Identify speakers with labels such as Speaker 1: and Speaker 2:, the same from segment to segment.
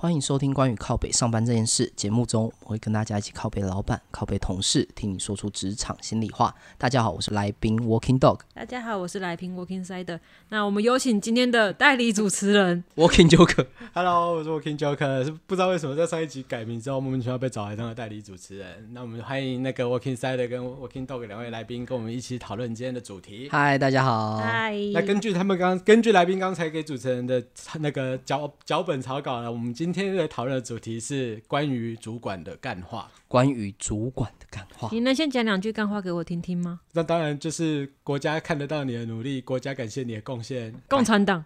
Speaker 1: 欢迎收听关于靠北上班这件事。节目中，我会跟大家一起靠北老板、靠北同事，听你说出职场心里话。大家好，我是来宾 Walking Dog，Walking
Speaker 2: 大家好，我是来苹果 King Side。那我们有请今天的代理主持人，
Speaker 1: Joker。
Speaker 3: Hello，我是 Walking Joker，是不知道为什么在上一集改名之后，莫名其妙被找来当了代理主持人。那我们欢迎那个 Walking Side 跟 Walking Dog 两位来宾，跟我们一起讨论今天的主题。
Speaker 1: 嗨，大家好。
Speaker 2: 嗨，
Speaker 3: 那根据他们刚根据来宾刚才给主持人的那个脚脚本草稿呢，我们今天的讨论的主题是关于主管的干话。
Speaker 1: 关于主管的干话，
Speaker 2: 你能先讲两句干话给我听听吗？
Speaker 3: 那当然就是国家看得到你的努力，国家感谢你的贡献。
Speaker 2: 共产党，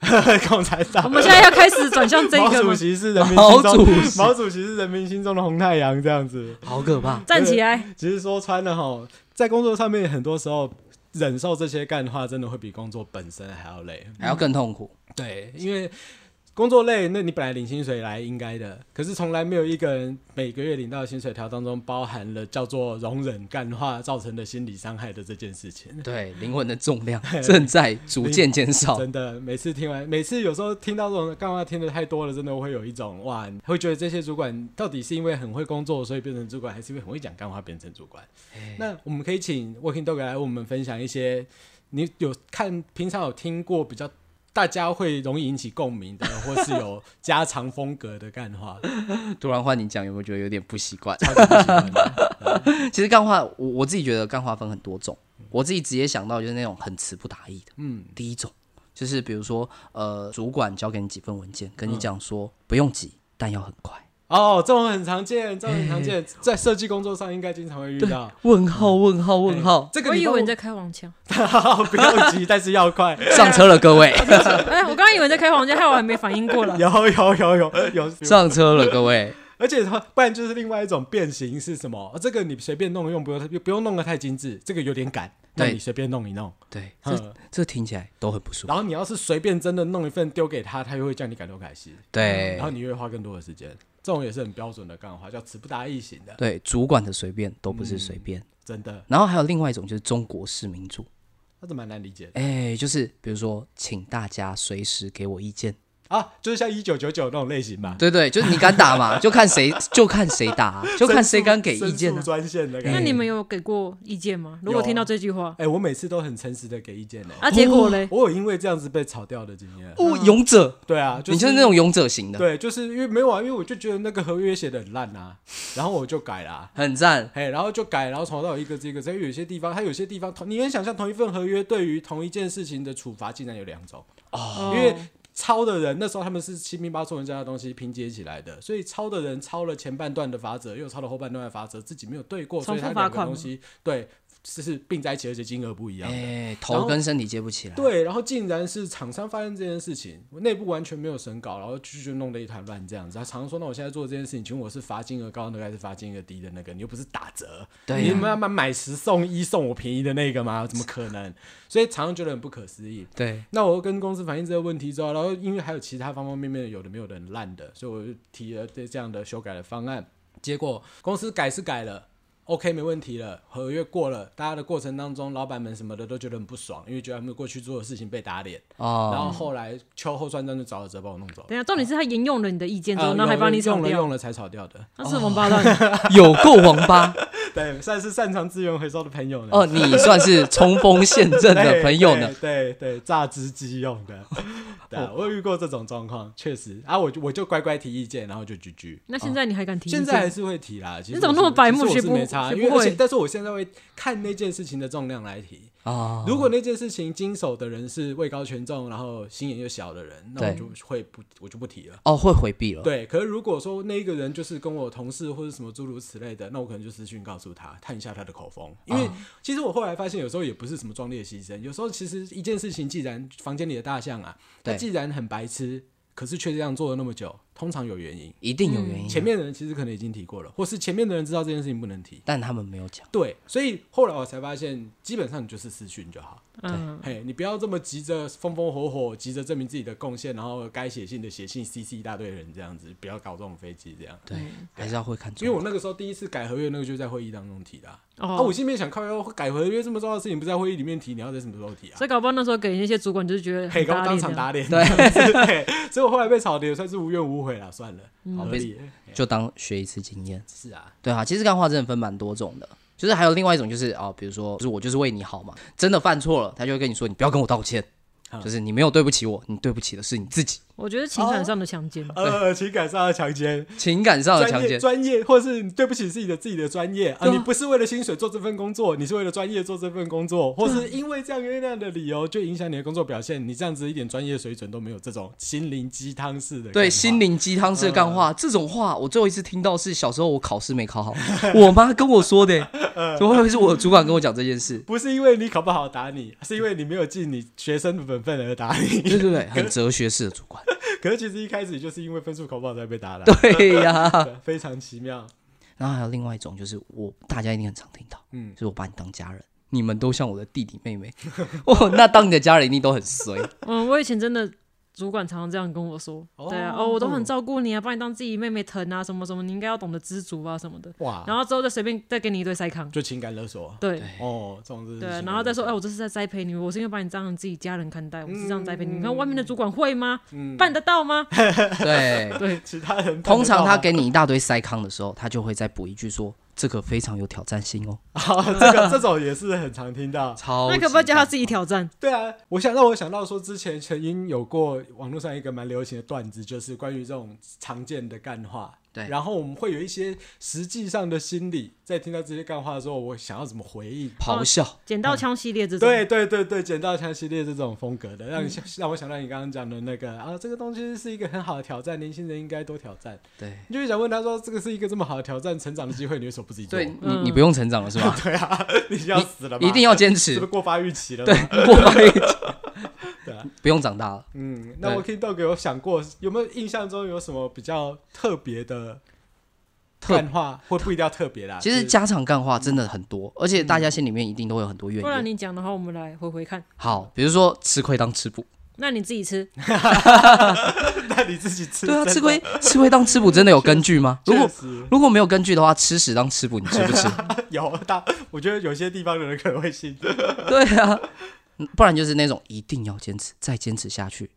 Speaker 3: 共产党，
Speaker 2: 我们现在要开始转向这
Speaker 3: 毛
Speaker 2: 个
Speaker 3: 主
Speaker 2: 吗？
Speaker 3: 席是人民
Speaker 1: 毛
Speaker 3: 心
Speaker 1: 主
Speaker 3: 中
Speaker 1: 席
Speaker 3: 毛主席是人民心中的红太阳，这样子。
Speaker 1: 好可怕。
Speaker 2: 站起来，
Speaker 3: 只是说穿了哈，在工作上面很多时候忍受这些干话，真的会比工作本身还要累。
Speaker 1: 还要更痛苦，
Speaker 3: 对，因为工作累，那你本来领薪水来应该的，可是从来没有一个人每个月领到的薪水条当中包含了叫做容忍干话造成的心理伤害的这件事情。
Speaker 1: 对 灵魂的重量正在逐渐减少。
Speaker 3: 真的，每次听完，每次有时候听到这种干话听的太多了，真的会有一种哇，会觉得这些主管到底是因为很会工作所以变成主管，还是因为很会讲干话变成主管？
Speaker 1: 哎
Speaker 3: 那我们可以请 Working Dog 来为我们分享一些你有看平常有听过比较大家会容易引起共鸣的，或是有家常风格的干话。
Speaker 1: 突然换你讲，有没有觉得有点不习惯？
Speaker 3: 超级不喜欢 的
Speaker 1: 其实干话，我我自己觉得干话分很多种。我自己直接想到就是那种很词不达意的。
Speaker 3: 嗯，
Speaker 1: 第一种就是比如说，呃，主管交给你几份文件，
Speaker 3: 嗯
Speaker 1: 跟你讲说、不用急，但要很快。
Speaker 3: 哦，这种很常见，这种很常见，在设计工作上应该经常会遇到。
Speaker 1: 问号问号问号，
Speaker 3: 这个
Speaker 2: 我
Speaker 3: 呃你
Speaker 2: 以
Speaker 3: 帮
Speaker 2: 为你在开黄腔。
Speaker 3: 我不用急，但是要快。
Speaker 1: 上车了各 位，
Speaker 2: 哎，我刚刚以为你在开黄腔，害我还没反应 过来。
Speaker 3: 有有有有有，
Speaker 1: 上车了各位，
Speaker 3: 而且它不然就是另外一种变形是什么？哦这个你随便弄用，不用不用弄得太精致，这个有点赶，那
Speaker 1: 对
Speaker 3: 你随便弄一弄。
Speaker 1: 对，这
Speaker 3: 嗯
Speaker 1: 这听起来都很不舒 服，
Speaker 3: 然后你要是随便真的弄一份丢给他，他又会叫你改东改西，
Speaker 1: 对
Speaker 3: 然后你又会花更多的时间。这种也是很标准的干话，叫词不达意型的，
Speaker 1: 对，主管的随便都不是
Speaker 3: 嗯
Speaker 1: 随便。
Speaker 3: 真的，
Speaker 1: 然后还有另外一种就是中国式民主，
Speaker 3: 那是蛮难理解的
Speaker 1: 哎，就是比如说，请大家随时给我意见，
Speaker 3: 啊，就是像一九九九那种类型嘛，
Speaker 1: 对对，就是你敢打 嘛，就看谁就看谁打啊、就看谁敢给意见啊
Speaker 3: 申
Speaker 1: 呢、
Speaker 3: 诉专线的感
Speaker 2: 那
Speaker 3: 觉。
Speaker 2: 你们有给过意见吗？如果
Speaker 3: 有啊
Speaker 2: 听到这句话，
Speaker 3: 哎，我每次都很诚实的给意见的，
Speaker 2: 啊，结果嘞，
Speaker 3: 我有因为这样子被炒掉的经验。
Speaker 1: 哦，勇者，
Speaker 3: 对啊，就
Speaker 1: 你就是是那种勇者型的，
Speaker 3: 对，就是因为没有啊，因为我就觉得那个合约写的很烂啊， 然后我就改啦、
Speaker 1: 很赞，
Speaker 3: 嘿，然后就改，然后从头到尾一个这个，所以有些地方，它有些地方同，你能想象同一份合约对于同一件事情的处罚竟然有两种，
Speaker 2: 哦
Speaker 3: 因为抄的人那时候他们是七拼八凑人家的东西拼接起来的，所以抄的人抄了前半段的法则，又抄了后半段的法则，自己没有对过，所以
Speaker 2: 重复
Speaker 3: 他
Speaker 2: 罚
Speaker 3: 两个
Speaker 2: 款
Speaker 3: 东
Speaker 2: 吗
Speaker 3: 西对是是并在一起，而且金额不一样的。
Speaker 1: 哎，
Speaker 3: 然
Speaker 1: 头
Speaker 3: 后
Speaker 1: 跟身体接不起来，
Speaker 3: 对，然后竟然是厂商发现这件事情，内部完全没有审稿，然后就就弄得一团乱这样子。他常常说：“那我现在做这件事情，请问我是罚金额高的还是罚金额低的那个？你又不是打折，
Speaker 1: 对
Speaker 3: 你
Speaker 1: 呀
Speaker 3: 慢慢买十送一，送我便宜的那个吗？怎么可能？”所以常常觉得很不可思议。
Speaker 1: 对，
Speaker 3: 那我跟公司反映这个问题之后，然后因为还有其他方方面面有的没有的很烂的，所以我就提了这这样的修改的方案。结果公司改是改了，OK 没问题了，合约过了，大家的过程当中，老板们什么的都觉得很不爽，因为觉得他们过去做的事情被打脸。 然
Speaker 1: 哦，
Speaker 3: 后后来秋后算账就找了哲把我弄走
Speaker 2: 等。一下，重点是他沿用了你的意见之后，
Speaker 3: 呃
Speaker 2: 然后还帮你
Speaker 3: 用
Speaker 2: 炒
Speaker 3: 了
Speaker 2: 掉
Speaker 3: 用，了才炒掉的，
Speaker 2: 那是王八
Speaker 3: 哦
Speaker 2: 蛋。
Speaker 1: 有够王八
Speaker 3: 对，算是擅长资源回收的朋友呢。
Speaker 1: 哦，你算是冲锋陷阵的
Speaker 3: 对
Speaker 1: 朋友呢。
Speaker 3: 对对对，榨汁机用的。 对啊、我有遇过这种状况，确实啊，我就我就乖乖提意见，然后就 GG。
Speaker 2: 那现在你还敢提意
Speaker 3: 现在还
Speaker 2: 见？
Speaker 3: 是会提啦，其实
Speaker 2: 你怎么
Speaker 3: 我
Speaker 2: 那么
Speaker 3: 是
Speaker 2: 白
Speaker 3: 其实
Speaker 2: 目
Speaker 3: 我
Speaker 2: 学
Speaker 3: 是
Speaker 2: 不
Speaker 3: 没差，
Speaker 2: 学
Speaker 3: 因为
Speaker 2: 不
Speaker 3: 而且
Speaker 2: 会
Speaker 3: 但是我现在会看那件事情的重量来提。
Speaker 1: 哦，
Speaker 3: 如果那件事情经手的人是位高权重，然后心眼又小的人，那我
Speaker 1: 对
Speaker 3: 就会不我就不提了。
Speaker 1: 哦，会回避了。
Speaker 3: 对，可是如果说那一个人就是跟我同事或者什么诸如此类的，那我可能就私讯告诉他，探一下他的口风。因
Speaker 1: 哦
Speaker 3: 为其实我后来发现，有时候也不是什么壮烈牺牲，有时候其实一件事情，既然房间里的大象啊，它
Speaker 1: 对
Speaker 3: 既然很白痴，可是却这样做了那么久，通常有原因。
Speaker 1: 一定有原因啊，
Speaker 3: 嗯前面的人其实可能已经提过了，或是前面的人知道这件事情不能提。
Speaker 1: 但他们没有讲。
Speaker 3: 对，所以后来我才发现，基本上你就是私讯就好。
Speaker 2: 嗯，
Speaker 3: 嘿，你不要这么急着风风火火，急着证明自己的贡献，然后该写信的写信，CC 一大堆人这样子，不要搞这种飞机这样。
Speaker 1: 对，还是要会看中
Speaker 3: 嗯因为
Speaker 1: 文。
Speaker 3: 我那个时候第一次改合约，那个就在会议当中提的啊。啊，
Speaker 2: 哦
Speaker 3: 我，心里面想靠要改合约这么重要的事情，不在会议里面提，你要在什么时候提啊？
Speaker 2: 所以搞不好那时候给那些主管就是觉得
Speaker 3: 嘿，
Speaker 2: 很
Speaker 3: 给我
Speaker 2: 搭
Speaker 3: 当
Speaker 2: 理
Speaker 3: 场
Speaker 2: 的，
Speaker 3: 打脸，
Speaker 1: 对
Speaker 3: 对，所以我后来被炒的也算是无怨无悔了，算了，
Speaker 1: 好
Speaker 3: 好合
Speaker 1: 被
Speaker 3: 理。
Speaker 1: 就当学一次经验。
Speaker 3: 是啊，
Speaker 1: 对啊，其实干话真的分蛮多种的，就是还有另外一种就是啊、比如说就是我就是为你好嘛，真的犯错了，他就会跟你说你不要跟我道歉，
Speaker 3: 嗯
Speaker 1: 就是你没有对不起我，你对不起的是你自己，
Speaker 2: 我觉得情
Speaker 3: 啊
Speaker 2: 感上的强奸，
Speaker 3: 呃，情感上的强奸，
Speaker 1: 情感上的强
Speaker 3: 专业
Speaker 1: 奸。
Speaker 3: 专业，或是你对不起自己的自己的专业啊，
Speaker 2: 对啊
Speaker 3: 你不是为了薪水做这份工作，你是为了专业做这份工作，或
Speaker 1: 啊
Speaker 3: 是因为这样因为那样的理由就影响你的工作表现，你这样子一点专业水准都没有，这种心灵鸡汤式的干话
Speaker 1: 对心灵鸡汤式的干
Speaker 3: 嗯
Speaker 1: 话，这种话我最后一次听到是小时候我考试没考好， 我妈跟我说的、怎么会是我主管跟我讲这件事？
Speaker 3: 不是因为你考不好打你，是因为你没有尽你学生的本分而打
Speaker 1: 对
Speaker 3: 你。
Speaker 1: 对对，很哲学式的主管。
Speaker 3: 可是其实一开始就是因为分数考不好才被打的啊，
Speaker 1: 对呀、
Speaker 3: 对非常奇妙。
Speaker 1: 然后还有另外一种就是我大家一定很常听到，
Speaker 3: 嗯
Speaker 1: 就是我把你当家人，你们都像我的弟弟妹 妹，哦，那当你的家人一定都很 衰。
Speaker 2: 嗯，我以前真的主管常常这样跟我说，
Speaker 3: 哦
Speaker 2: 对啊，哦，我都很照顾你啊，把你当自己妹妹疼啊，什么什么，你应该要懂得知足啊什么的，
Speaker 3: 哇，
Speaker 2: 然后之后再随便再给你一堆塞康，
Speaker 3: 就情感勒索。
Speaker 2: 对
Speaker 1: 对
Speaker 3: 哦，这种就是
Speaker 2: 对
Speaker 3: 情
Speaker 2: 啊，
Speaker 3: 感
Speaker 2: 然后再说，
Speaker 3: 勒
Speaker 2: 哎，
Speaker 3: 索
Speaker 2: 我这是在栽培你，我是因为把你当成自己家人看
Speaker 3: 嗯
Speaker 2: 待，我是这样栽培你，你看外面的主管会吗？办得到吗？
Speaker 1: 对，
Speaker 2: 对，
Speaker 3: 其他人办得 到
Speaker 1: 通常他
Speaker 3: 吗
Speaker 1: 给你一大堆塞康的时候，他就会再补一句说：“这个非常有挑战性哦，
Speaker 3: 好，这个这种也是很常听到。
Speaker 1: 超
Speaker 2: 那可不可以叫他自己挑战？
Speaker 3: 对啊，我想让我想到说，之前曾经有过网络上一个蛮流行的段子，就是关于这种常见的干话。
Speaker 1: 对
Speaker 3: 然后我们会有一些实际上的心理，在听到这些干话的时候，我想要怎么回应？
Speaker 1: 咆哮？
Speaker 2: 捡到枪系列这种，
Speaker 3: 对对对对，剪刀枪系列这种风格的，让你想让我想到你刚刚讲的那个啊，这个东西是一个很好的挑战，年轻人应该多挑战。
Speaker 1: 对，
Speaker 3: 你就会想问他说，这个是一个这么好的挑战，成长的机会，你为什么不自己做？ 啊
Speaker 1: 对你
Speaker 2: 嗯
Speaker 1: 你不用成长了是吧？
Speaker 3: 你要死了吧？
Speaker 1: 一定要坚 持
Speaker 3: 是不是，过发育期了？
Speaker 1: 对，，过发育
Speaker 3: 对啊，
Speaker 1: 不用长大了。
Speaker 3: 嗯，那我 King Dog 有想过有没有印象中有什么比较特别的
Speaker 1: 特
Speaker 3: 干话，或不一定要特别啦？
Speaker 1: 其实
Speaker 3: 啊就是嗯
Speaker 1: 家常干话真的很多，而且大家心里面一定都会有很多怨
Speaker 2: 不然
Speaker 1: 言。
Speaker 2: 你讲的话，我们来回回看。
Speaker 1: 好，比如说吃亏当吃补，
Speaker 2: 那你自己 吃，
Speaker 3: 那你自己 吃，
Speaker 1: 对啊，
Speaker 3: 真
Speaker 1: 吃
Speaker 3: 的
Speaker 1: 亏吃亏当吃补真的有根据 吗？如果
Speaker 3: 确实
Speaker 1: 如果没有根据的话，吃屎当吃补，你吃 不吃？
Speaker 3: 有大，我觉得有些地方的人可能 会信。
Speaker 1: 对啊，嗯不然就是那种一定要坚持，再坚持下去，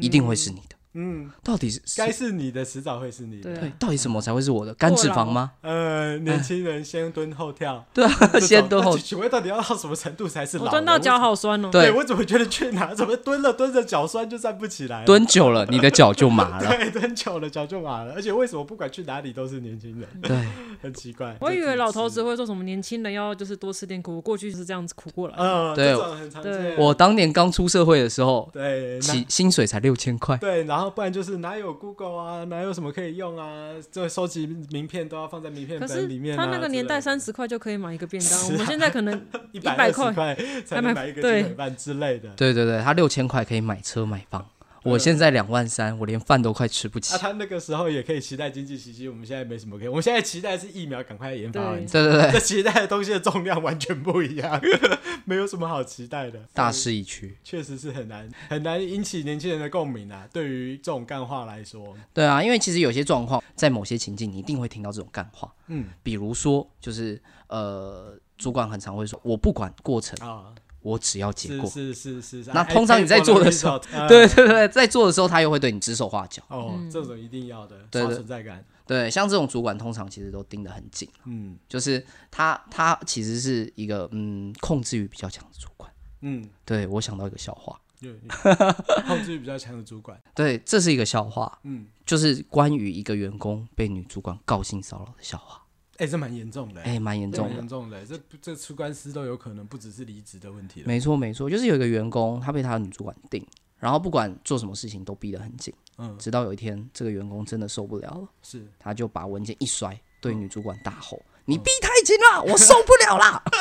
Speaker 1: 一定会是你的。
Speaker 3: 嗯，
Speaker 1: 到底是
Speaker 3: 该是你的，迟早会是你的。
Speaker 2: 对啊
Speaker 1: 对，啊到底什么才会是我的？肝脂肪吗？
Speaker 3: 呃，年轻人先蹲后跳，
Speaker 1: 对啊，
Speaker 3: 这 种
Speaker 1: 先蹲后
Speaker 3: 那。请问到底要到什么程度才是老
Speaker 2: 我
Speaker 3: 人？
Speaker 2: 蹲到脚好酸哦。
Speaker 1: 对
Speaker 3: 对我怎么觉得去哪怎么蹲了蹲着脚酸就站不起来了？
Speaker 1: 蹲久了，你的脚就麻了。
Speaker 3: 对蹲久了脚就麻了，而且为什么不管去哪里都是年轻人，
Speaker 1: 对，
Speaker 3: 很奇怪。
Speaker 2: 我以为老头
Speaker 3: 子。
Speaker 2: 子会说什么年轻人要就是多吃点苦，我过去是这样子苦过来。
Speaker 3: 嗯，
Speaker 1: 对
Speaker 3: 这种很常见。
Speaker 2: 对
Speaker 1: 我当年刚出社会的时候，
Speaker 3: 对
Speaker 1: 起
Speaker 3: 那
Speaker 1: 薪水才六千块。
Speaker 3: 对，然后不然就是哪有 Google 啊，哪有什么可以用啊？就收集名片都要放在名片
Speaker 2: 可
Speaker 3: 本
Speaker 2: 是
Speaker 3: 里面、啊。
Speaker 2: 他那个年代三
Speaker 3: 十
Speaker 2: 十块就可以买一个便当，
Speaker 3: 是啊
Speaker 2: 我们现在可能
Speaker 3: 一
Speaker 2: 100块
Speaker 3: 块才
Speaker 2: 还买
Speaker 3: 能买一个
Speaker 2: 对
Speaker 3: 基本饭之类的。
Speaker 1: 对对对，他六千块可以买车买房，
Speaker 3: 对
Speaker 1: 我现在两万三，我连饭都快吃不起
Speaker 3: 啊，。他那个时候也可以期待经济奇迹，我们现在没什么可以，我们现在期待是疫苗赶快研发完
Speaker 2: 对
Speaker 3: 成。
Speaker 1: 对对对，
Speaker 3: 这期待的东西的重量完全不一样， 没有什么好期待的。
Speaker 1: 大势已去。
Speaker 3: 确实是很难很难引起年轻人的共鸣啊。对于这种干话来说，
Speaker 1: 对啊，因为其实有些状况，在某些情境，你一定会听到这种干话。
Speaker 3: 嗯
Speaker 1: 比如说，就是呃，主管很常会说：“我不管过程，
Speaker 3: 啊，
Speaker 1: 我只要结
Speaker 3: 是
Speaker 1: 果。
Speaker 3: 是是是哎是。
Speaker 1: 那
Speaker 3: I- I
Speaker 1: 通常你在
Speaker 3: take
Speaker 1: 做
Speaker 3: for
Speaker 1: 的
Speaker 3: the
Speaker 1: 时候
Speaker 3: result，呃”
Speaker 1: 对对对，在做的时候，他又会对你指手画脚。
Speaker 3: 哦，
Speaker 2: 嗯
Speaker 3: 这种一定要的，
Speaker 1: 对
Speaker 3: 刷
Speaker 1: 对
Speaker 3: 存在感。
Speaker 1: 对，像这种主管通常其实都盯得很紧，
Speaker 3: 嗯
Speaker 1: 就是他他其实是一个嗯控制欲比较强的主管。
Speaker 3: 嗯，
Speaker 1: 对我想到一个笑话，
Speaker 3: 有 控制欲比较强的主管。
Speaker 1: 对，这是一个笑话，
Speaker 3: 嗯，
Speaker 1: 就是关于一个员工被女主管告性骚扰的笑话，
Speaker 3: 哎，这蛮严重的，
Speaker 1: 哎，蛮严
Speaker 3: 这
Speaker 1: 重
Speaker 3: 蛮
Speaker 1: 的
Speaker 3: 严。重的，欸这这出官司都有可能，不只是离职的问题了。
Speaker 1: 没错没错，就是有一个员工他被他的女主管定，然后不管做什么事情都逼得很紧，
Speaker 3: 嗯，
Speaker 1: 直到有一天这个员工真的受不了了，
Speaker 3: 是
Speaker 1: 他就把文件一摔，对女主管大吼：“你逼太紧了，我受不了啦！”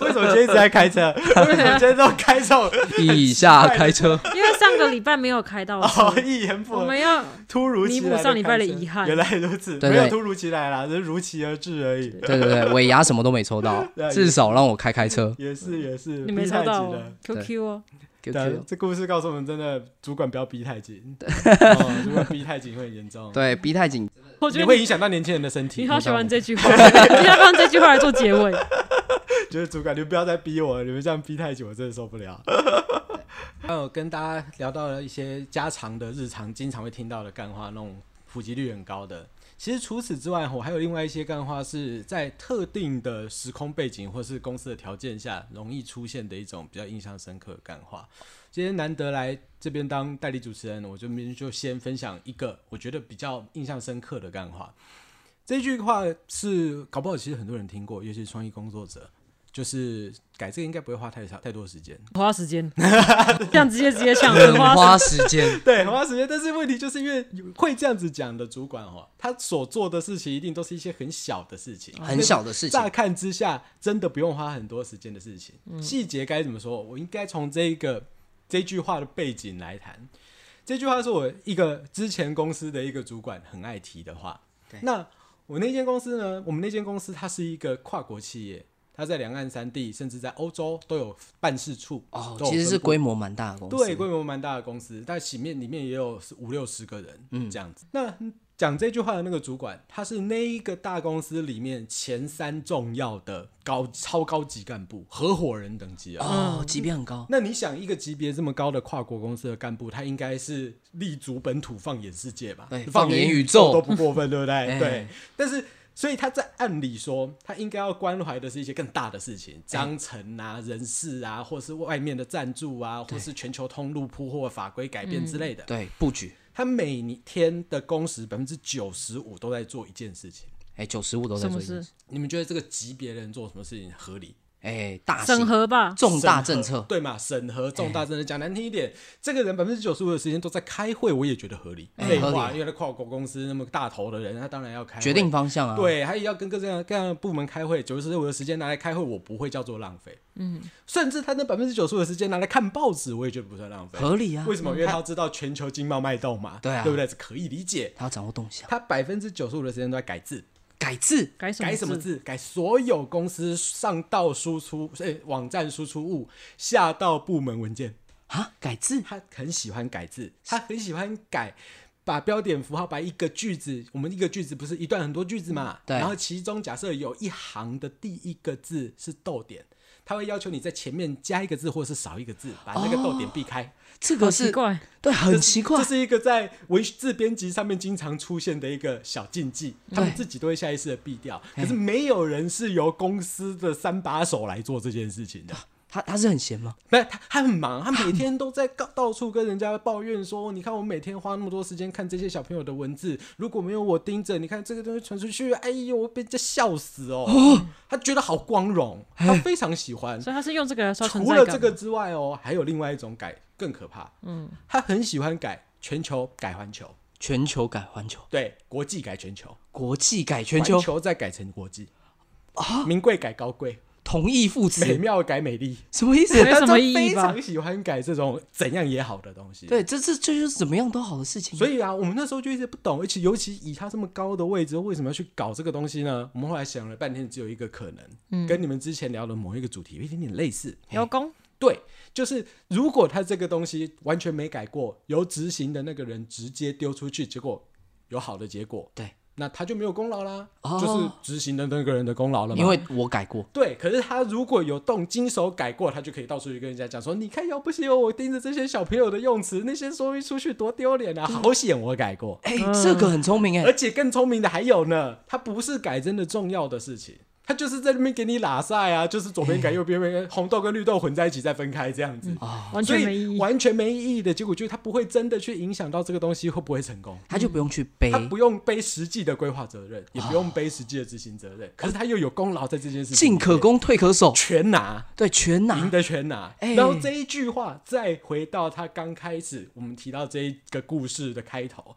Speaker 1: 啊
Speaker 3: 为什么今天一直在开车？为什么今天都开这种？
Speaker 1: 以下开车。
Speaker 2: 因为上上个礼拜没有开到车，
Speaker 3: 哦，一言不
Speaker 2: 我
Speaker 3: 合，
Speaker 2: 们 要
Speaker 3: 突如其来
Speaker 2: 弥补上礼拜的
Speaker 3: 开车
Speaker 2: 遗憾
Speaker 3: 原来如此，
Speaker 1: 对
Speaker 3: 没有
Speaker 1: 对
Speaker 3: 突如其来啦，只是如期而至而已。
Speaker 1: 对对对，尾牙什么都没抽到
Speaker 3: 对啊，
Speaker 1: 至少让我开开车。
Speaker 3: 也是也是，
Speaker 2: 你没
Speaker 3: 逼
Speaker 2: 抽
Speaker 3: 太
Speaker 2: 到
Speaker 3: 紧
Speaker 2: 哦
Speaker 3: 了
Speaker 2: QQ 哦，
Speaker 3: 对啊
Speaker 1: QQ
Speaker 3: 这故事告诉我们，真的主管不要逼太紧，哦主管逼太紧会很严重，
Speaker 1: 对，逼太紧，
Speaker 2: 我觉
Speaker 3: 你
Speaker 2: 得
Speaker 3: 会
Speaker 2: 你
Speaker 3: 影响到年轻人的身体
Speaker 2: 你。好喜欢这句话， 你要放这句话来做结尾。
Speaker 3: 就是主管，你们不要再逼我了，你们这样逼太久，我真的受不了。 还有跟大家聊到了一些家常的、日常经常会听到的干话，那种普及率很高的。其实除此之外，我还有另外一些干话是在特定的时空背景或是公司的条件下容易出现的一种比较印象深刻的干话。今天难得来这边当代理主持人，我这边就先分享一个我觉得比较印象深刻的干话。这句话是搞不好其实很多人听过，尤其是创意工作者。就是改这个应该不会花太长太多时间，
Speaker 2: 花时 间，这样直接直接抢，
Speaker 1: 很
Speaker 2: 很花时
Speaker 1: 花时间。
Speaker 3: 对，很花时间。但是问题就是因为有会这样子讲的主管哦，他所做的事情一定都是一些很小的事情，
Speaker 1: 很小的事情
Speaker 3: 乍看之下，真的不用花很多时间的事情。
Speaker 1: 嗯
Speaker 3: 细节该怎么说？我应该从这一个这句话的背景来谈。这句话是我一个之前公司的一个主管很爱提的话。那我那间公司呢？我们那间公司它是一个跨国企业，它在两岸三地，甚至在欧洲都有办事处
Speaker 1: 哦，
Speaker 3: 都有
Speaker 1: 其实是
Speaker 3: 分部
Speaker 1: 规模蛮大的公司。
Speaker 3: 对，规模蛮大的公司，但里面里面也有五六十个人，嗯，这样子。那讲这句话的那个主管，他是那一个大公司里面前三重要的高超高级干部，合伙人等级啊。
Speaker 1: 哦，级别很高。
Speaker 3: 那你想，一个级别这么高的跨国公司的干部，他应该是立足本土，放眼世界吧？
Speaker 1: 对
Speaker 3: 放
Speaker 1: 放眼宇宙
Speaker 3: 宙都不过分，对不 对？
Speaker 1: 哎
Speaker 3: 对。但是，所以他在按理说，他应该要关怀的是一些更大的事
Speaker 1: 哎
Speaker 3: 情，章程啊、人事啊，或是外面的赞助啊，或是全球通路铺货法规改变之类的。
Speaker 1: 嗯对，布局，
Speaker 3: 他每天的工时百分之九十五都在做一件事情。
Speaker 1: 哎，九十五都在
Speaker 2: 什
Speaker 1: 做
Speaker 2: 么
Speaker 1: 一件
Speaker 2: 事
Speaker 1: 事。？
Speaker 3: 你们觉得这个级别的人做什么事情合理？
Speaker 1: 哎，大型
Speaker 2: 审核吧，
Speaker 1: 重大政
Speaker 3: 审核
Speaker 1: 策，哎
Speaker 3: 对嘛？审核重大政策，讲难听一点，这个人百分之九十五的时间都在开会，我也觉得合理。
Speaker 1: 哎
Speaker 3: 废
Speaker 1: 合理
Speaker 3: 话，
Speaker 1: 啊
Speaker 3: 因为他跨国公司那么大头的人，他当然要开会
Speaker 1: 决定。方向啊。，
Speaker 3: 对，还要跟各样各样的部门开会，九十五的时间拿来开会，我不会叫做浪费。嗯，甚至他那百分之九十五的时间拿来看报纸，我也觉得不算浪费。
Speaker 1: 合理啊。
Speaker 3: 为什么？因为他要知道全球经贸脉动嘛，
Speaker 1: 对啊
Speaker 3: 对不对？是可以理解。
Speaker 1: 他要掌握动向，
Speaker 3: 他百分之九十五的时间都在改字，
Speaker 1: 改制，
Speaker 2: 改什
Speaker 3: 改什么
Speaker 2: 字？
Speaker 3: 字？改所有公司上到输出，诶、网站输出物，下到部门文件。
Speaker 1: 啊，改制，
Speaker 3: 他很喜欢改字，他很喜欢改，把标点符号把一个句子，我们一个句子不是一段很多句子嘛？
Speaker 1: 对
Speaker 3: 然后其中假设有一行的第一个字是逗点，他会要求你在前面加一个字或是少一个字，把那个逗点避开。
Speaker 1: 这
Speaker 2: 好
Speaker 1: 个
Speaker 2: 奇
Speaker 1: 是
Speaker 2: 怪，
Speaker 1: 对，很奇怪
Speaker 3: 这。是一个在文字编辑上面经常出现的一个小禁忌，他们自己都会下意识的避掉。可是没有人是由公司的三把手来做这件事情的。
Speaker 1: 他他是很闲吗？
Speaker 3: 没有，他他很忙，他每天都在告到处跟人家抱怨说，你看我每天花那么多时间看这些小朋友的文字，如果没有我盯着，你看这个东西传出去，哎呦，我被人家笑死哦。他觉得好光荣，他非常喜欢。
Speaker 2: 所以他是用这个来刷存
Speaker 3: 除
Speaker 2: 在
Speaker 3: 了
Speaker 2: 感。
Speaker 3: 这个之外哦，还有另外一种改更可怕，嗯，他很喜欢改全球改环球，
Speaker 1: 全球改环球，
Speaker 3: 对，国际改全球，
Speaker 1: 国际改全
Speaker 3: 环
Speaker 1: 球，
Speaker 3: 球再改成国际，名贵改高贵，
Speaker 1: 同义副
Speaker 3: 美
Speaker 1: 词，
Speaker 3: 妙改美丽。
Speaker 1: 什么意思？
Speaker 2: 没什么意
Speaker 3: 他非
Speaker 2: 义吧
Speaker 3: 常？喜欢改这种怎样也好的东西。，
Speaker 1: 对，这这这就是怎么样都好的事情啊。
Speaker 3: 所以啊，我们那时候就一直不懂，而且尤其以他这么高的位置，为什么要去搞这个东西呢？我们后来想了半天，只有一个可能，跟你们之前聊的某一个主题有一点点类似。
Speaker 2: 邀功，
Speaker 3: 对，就是如果他这个东西完全没改过，由执行的那个人直接丢出去，结果有好的结果，
Speaker 1: 对，
Speaker 3: 那他就没有功劳啦，
Speaker 1: 哦
Speaker 3: 就是执行的那个人的功劳了嘛。
Speaker 1: 因为我改过，
Speaker 3: 对，可是他如果有动经手改过，他就可以到处去跟人家讲说：“你看，要不是有我盯着这些小朋友的用词，那些说一出去多丢脸啊！好险我改过，
Speaker 1: 哎，这个很聪明哎
Speaker 3: 而。且更聪明的还有呢，他不是改真的重要的事情，他就是在那边给你拉塞啊，就是左
Speaker 1: 哎
Speaker 3: 边改右边改，红豆跟绿豆混在一起再分开这样子，
Speaker 1: 哦
Speaker 2: 完
Speaker 3: 哦所
Speaker 2: 全没意
Speaker 3: 以
Speaker 2: 义。
Speaker 3: 完全没意义的结果就是他不会真的去影响到这个东西会不会成功。”
Speaker 1: 他就不用去背
Speaker 3: 他，不用背实际的规划责任，也不用背实际的执行责任，可是他又有功劳在这件事情里
Speaker 1: 进
Speaker 3: 面，
Speaker 1: 可攻退可守，
Speaker 3: 全拿。
Speaker 1: 对，全
Speaker 3: 赢
Speaker 1: 拿。
Speaker 3: 得全拿。
Speaker 1: 哎
Speaker 3: 然后这一句话再回到他刚开始我们提到这一个故事的开头，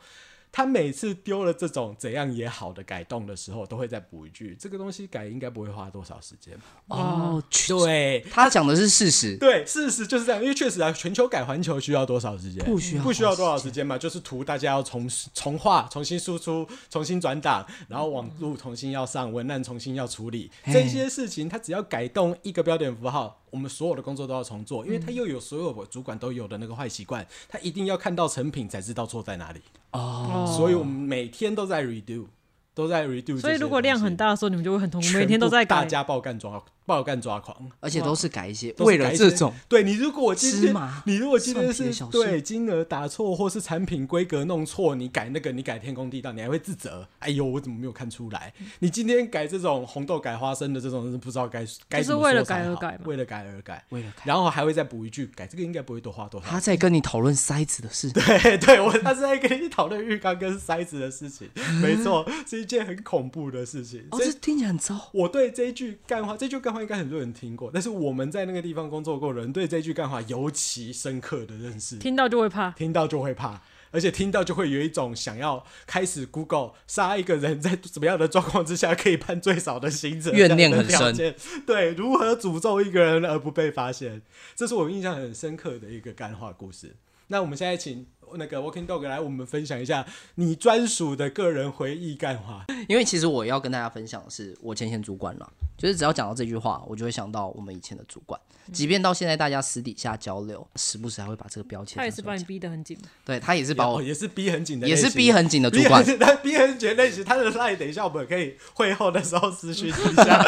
Speaker 3: 他每次丢了这种怎样也好的改动的时候，都会再补一句：这个东西改应该不会花多少时间。
Speaker 1: 哦，确
Speaker 3: 对
Speaker 1: 他讲的是事实，
Speaker 3: 对，事实就是这样，因为确实啊，全球改环球需要多少时间？
Speaker 1: 不需要
Speaker 3: 不需要多少时间嘛？就是图大家要重重画、重新输出、重新转档，然后网路重新要上，文案重新要处理
Speaker 1: 嘿
Speaker 3: 这些事情，他只要改动一个标点符号。我们所有的工作都要重做，因为
Speaker 1: 嗯
Speaker 3: 他又有所有主管都有的那个坏习惯，他一定要看到成品才知道错在哪里。
Speaker 1: 哦，
Speaker 3: 所以我们每天都在 redo，都在 redo 这些东西。
Speaker 2: 所以如果量很大的时候，你们就会很痛苦，
Speaker 3: 全部
Speaker 2: 每天都在
Speaker 3: 大
Speaker 2: 改。
Speaker 3: 家爆干抓爆干抓狂。
Speaker 1: 而且都是改一些
Speaker 3: 都是
Speaker 1: 为了
Speaker 3: 改一
Speaker 1: 这
Speaker 3: 些
Speaker 1: 种，
Speaker 3: 对你如果今
Speaker 1: 芝
Speaker 3: 天
Speaker 1: 麻
Speaker 3: 你如果今天
Speaker 1: 蒜皮的
Speaker 3: 是
Speaker 1: 小事
Speaker 3: 对金额打错或是产品规格弄错，你改那个你改天公地道，你还会自责。哎呦，我怎么没有看出来？你今天改这种红豆改花生的这种，不知道该该
Speaker 2: 就是
Speaker 3: 怎么
Speaker 2: 为了
Speaker 3: 说才
Speaker 2: 改而
Speaker 3: 好
Speaker 2: 改嘛
Speaker 3: 为了改而改，
Speaker 1: 为了改，
Speaker 3: 然后还会再补一句，改这个应该不会多花多少
Speaker 1: 他在跟你讨论塞子的事，
Speaker 3: 对，对我他是在跟你讨论浴缸跟塞子的事 情，没错，是一件很恐怖的事情。
Speaker 1: 哦，
Speaker 3: 所以
Speaker 1: 这听起来很糟，
Speaker 3: 我对这一句干话，这句干话应该很多人听过，但是我们在那个地方工作过的人，对这句干话尤其深刻的认识，
Speaker 2: 听到就会怕，
Speaker 3: 听到就会怕。而且听到就会有一种想要开始 Google 杀一个人在怎么样的状况之下可以判最少的刑责，
Speaker 1: 怨念很深
Speaker 3: 这样的条件。对，如何诅咒一个人而不被发现，这是我印象很深刻的一个干话故事。那我们现在请那个 Walking Dog 来，我们分享一下你专属的个人回忆干话。
Speaker 1: 因为其实我要跟大家分享的是我前线主管啦，就是只要讲到这句话，我就会想到我们以前的主管，
Speaker 2: 嗯
Speaker 1: 即便到现在大家私底下交流，时不时还会把这个标签
Speaker 2: 他也
Speaker 1: 拿
Speaker 2: 是
Speaker 1: 出
Speaker 2: 把
Speaker 1: 来
Speaker 2: 你
Speaker 1: 讲，
Speaker 2: 逼得很紧。
Speaker 1: 对他也是把
Speaker 3: 哦，
Speaker 1: 我
Speaker 3: 也是逼很紧的类
Speaker 1: 也
Speaker 3: 型，
Speaker 1: 是逼很紧的主
Speaker 3: 逼
Speaker 1: 管
Speaker 3: 很，紧，他逼很紧的类型，他的 line 等一下我们可以会后的时候私讯一下，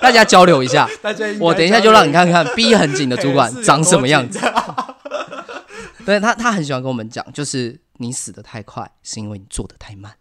Speaker 1: 大家交流一 下，
Speaker 3: 大家应该
Speaker 1: 我等一下就让你看看逼很紧的主管
Speaker 3: 是有多
Speaker 1: 长什么样子。
Speaker 3: 紧。
Speaker 1: 对他，他很喜欢跟我们讲，就是你死得太快，是因为你做得太慢。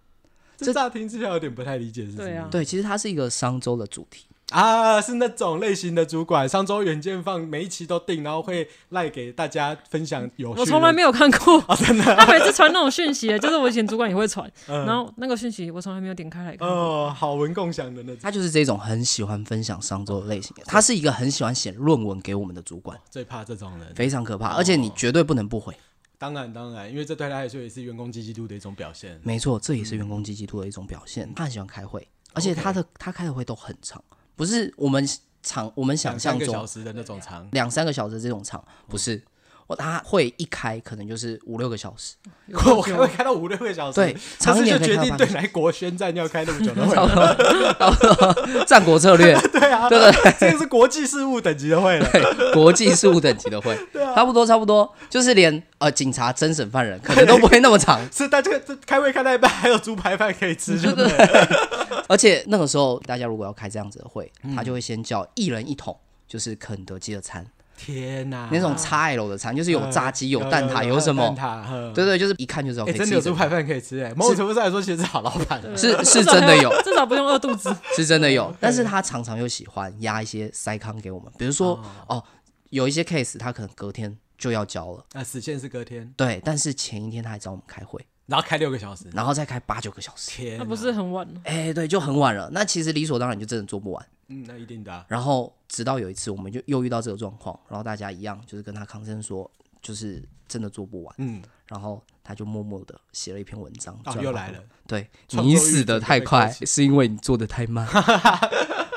Speaker 3: 这乍听之下有点不太理解是什么
Speaker 2: 对啊
Speaker 1: 对，其实它是一个商周的主题。
Speaker 3: 啊，是那种类型的主管，上周远见放每一期都定，然后会赖给大家分享有趣。
Speaker 2: 我从来没有看 过，
Speaker 3: 哦
Speaker 2: 他每次传那种讯息，就是我以前主管也会传，
Speaker 3: 嗯
Speaker 2: 然后那个讯息我从来没有点开来看。
Speaker 3: 呃好文共享的那种，
Speaker 1: 他就是这种很喜欢分享商周的类
Speaker 3: 哦
Speaker 1: 型，他是一个很喜欢写论文给我们的主管，
Speaker 3: 最怕这种人。
Speaker 1: 非常可怕，而且你绝对不能不回。
Speaker 3: 当然当然，因为这对他来说也是员工积极度的一种表现。
Speaker 1: 没错，这也是员工积极度的一种表现。他很喜欢开会，而且他的他开的会都很长，不是我们常我们想
Speaker 3: 三
Speaker 1: 象
Speaker 3: 个小
Speaker 1: 中
Speaker 3: 时的那种长，
Speaker 1: 两三个小时嗯的这种长，不是。我他会一开可能就是五六个小时，
Speaker 2: 有多久
Speaker 3: 我开会开到五六个小时，
Speaker 1: 对，
Speaker 3: 他
Speaker 1: 长一
Speaker 3: 是
Speaker 1: 点
Speaker 3: 就
Speaker 1: 可以
Speaker 3: 决
Speaker 1: 开到
Speaker 3: 定
Speaker 1: 八
Speaker 3: 对哪一国宣战要开那么久的会
Speaker 1: 差
Speaker 3: 了，
Speaker 1: 不多，差不多战国策略，
Speaker 3: 对啊，
Speaker 1: 对
Speaker 3: 这个是国际事务等级的会了， ，
Speaker 1: 对，国际事务等级 的会，差不多差不多，就是连呃警察侦审犯人可能都不会那么长
Speaker 3: 是大家这开会开到一半还有猪排饭可以吃，就
Speaker 1: 对
Speaker 3: 对
Speaker 1: 对
Speaker 3: 了。
Speaker 1: 而且那个时候大家如果要开这样子的会，他就会先叫一人一桶。就是肯德基的餐，
Speaker 3: 天哪，
Speaker 1: 那种 XL 的餐，就是有炸鸡、啊哎有蛋挞、
Speaker 3: 有
Speaker 1: 什么
Speaker 3: 蛋，挞，呵
Speaker 1: 对对，就是一看就知道可
Speaker 3: 哎，
Speaker 1: 以
Speaker 3: 真
Speaker 1: 吃
Speaker 3: 的有
Speaker 1: 一整
Speaker 3: 猪排饭可以吃哎，某种程度上来说，其实是好老板。
Speaker 2: 对
Speaker 1: 是是
Speaker 2: 至少
Speaker 1: 真的
Speaker 2: 还
Speaker 1: 有
Speaker 2: 至少不用饿肚子。
Speaker 1: 是真的
Speaker 3: 嗯
Speaker 1: 有，但是他常常又喜欢压一些塞康给我们，比如说哦，有一些 case 他可能隔天就要交了，
Speaker 3: 啊，死线是隔天，
Speaker 1: 对，但是前一天他还找我们开会，
Speaker 3: 然后开六个小时，
Speaker 1: 然后再开八九个小时，
Speaker 3: 天哪，
Speaker 2: 那不是很晚了，
Speaker 1: 哎、对，就很晚了。那其实理所当然就真的做不完。
Speaker 3: 嗯，那一定的啊。
Speaker 1: 然后直到有一次，我们就又遇到这个状况，然后大家一样就是跟他抗争说，就是真的做不完。
Speaker 3: 嗯，
Speaker 1: 然后他就默默的写了一篇文章。
Speaker 3: 啊，
Speaker 1: 转
Speaker 3: 又
Speaker 1: 发
Speaker 3: 来了，
Speaker 1: 对，
Speaker 3: 创
Speaker 1: 你
Speaker 3: 作欲
Speaker 1: 死
Speaker 3: 就
Speaker 1: 的
Speaker 3: 被
Speaker 1: 太
Speaker 3: 勾
Speaker 1: 快，
Speaker 3: 起
Speaker 1: 是因为你做的太 慢。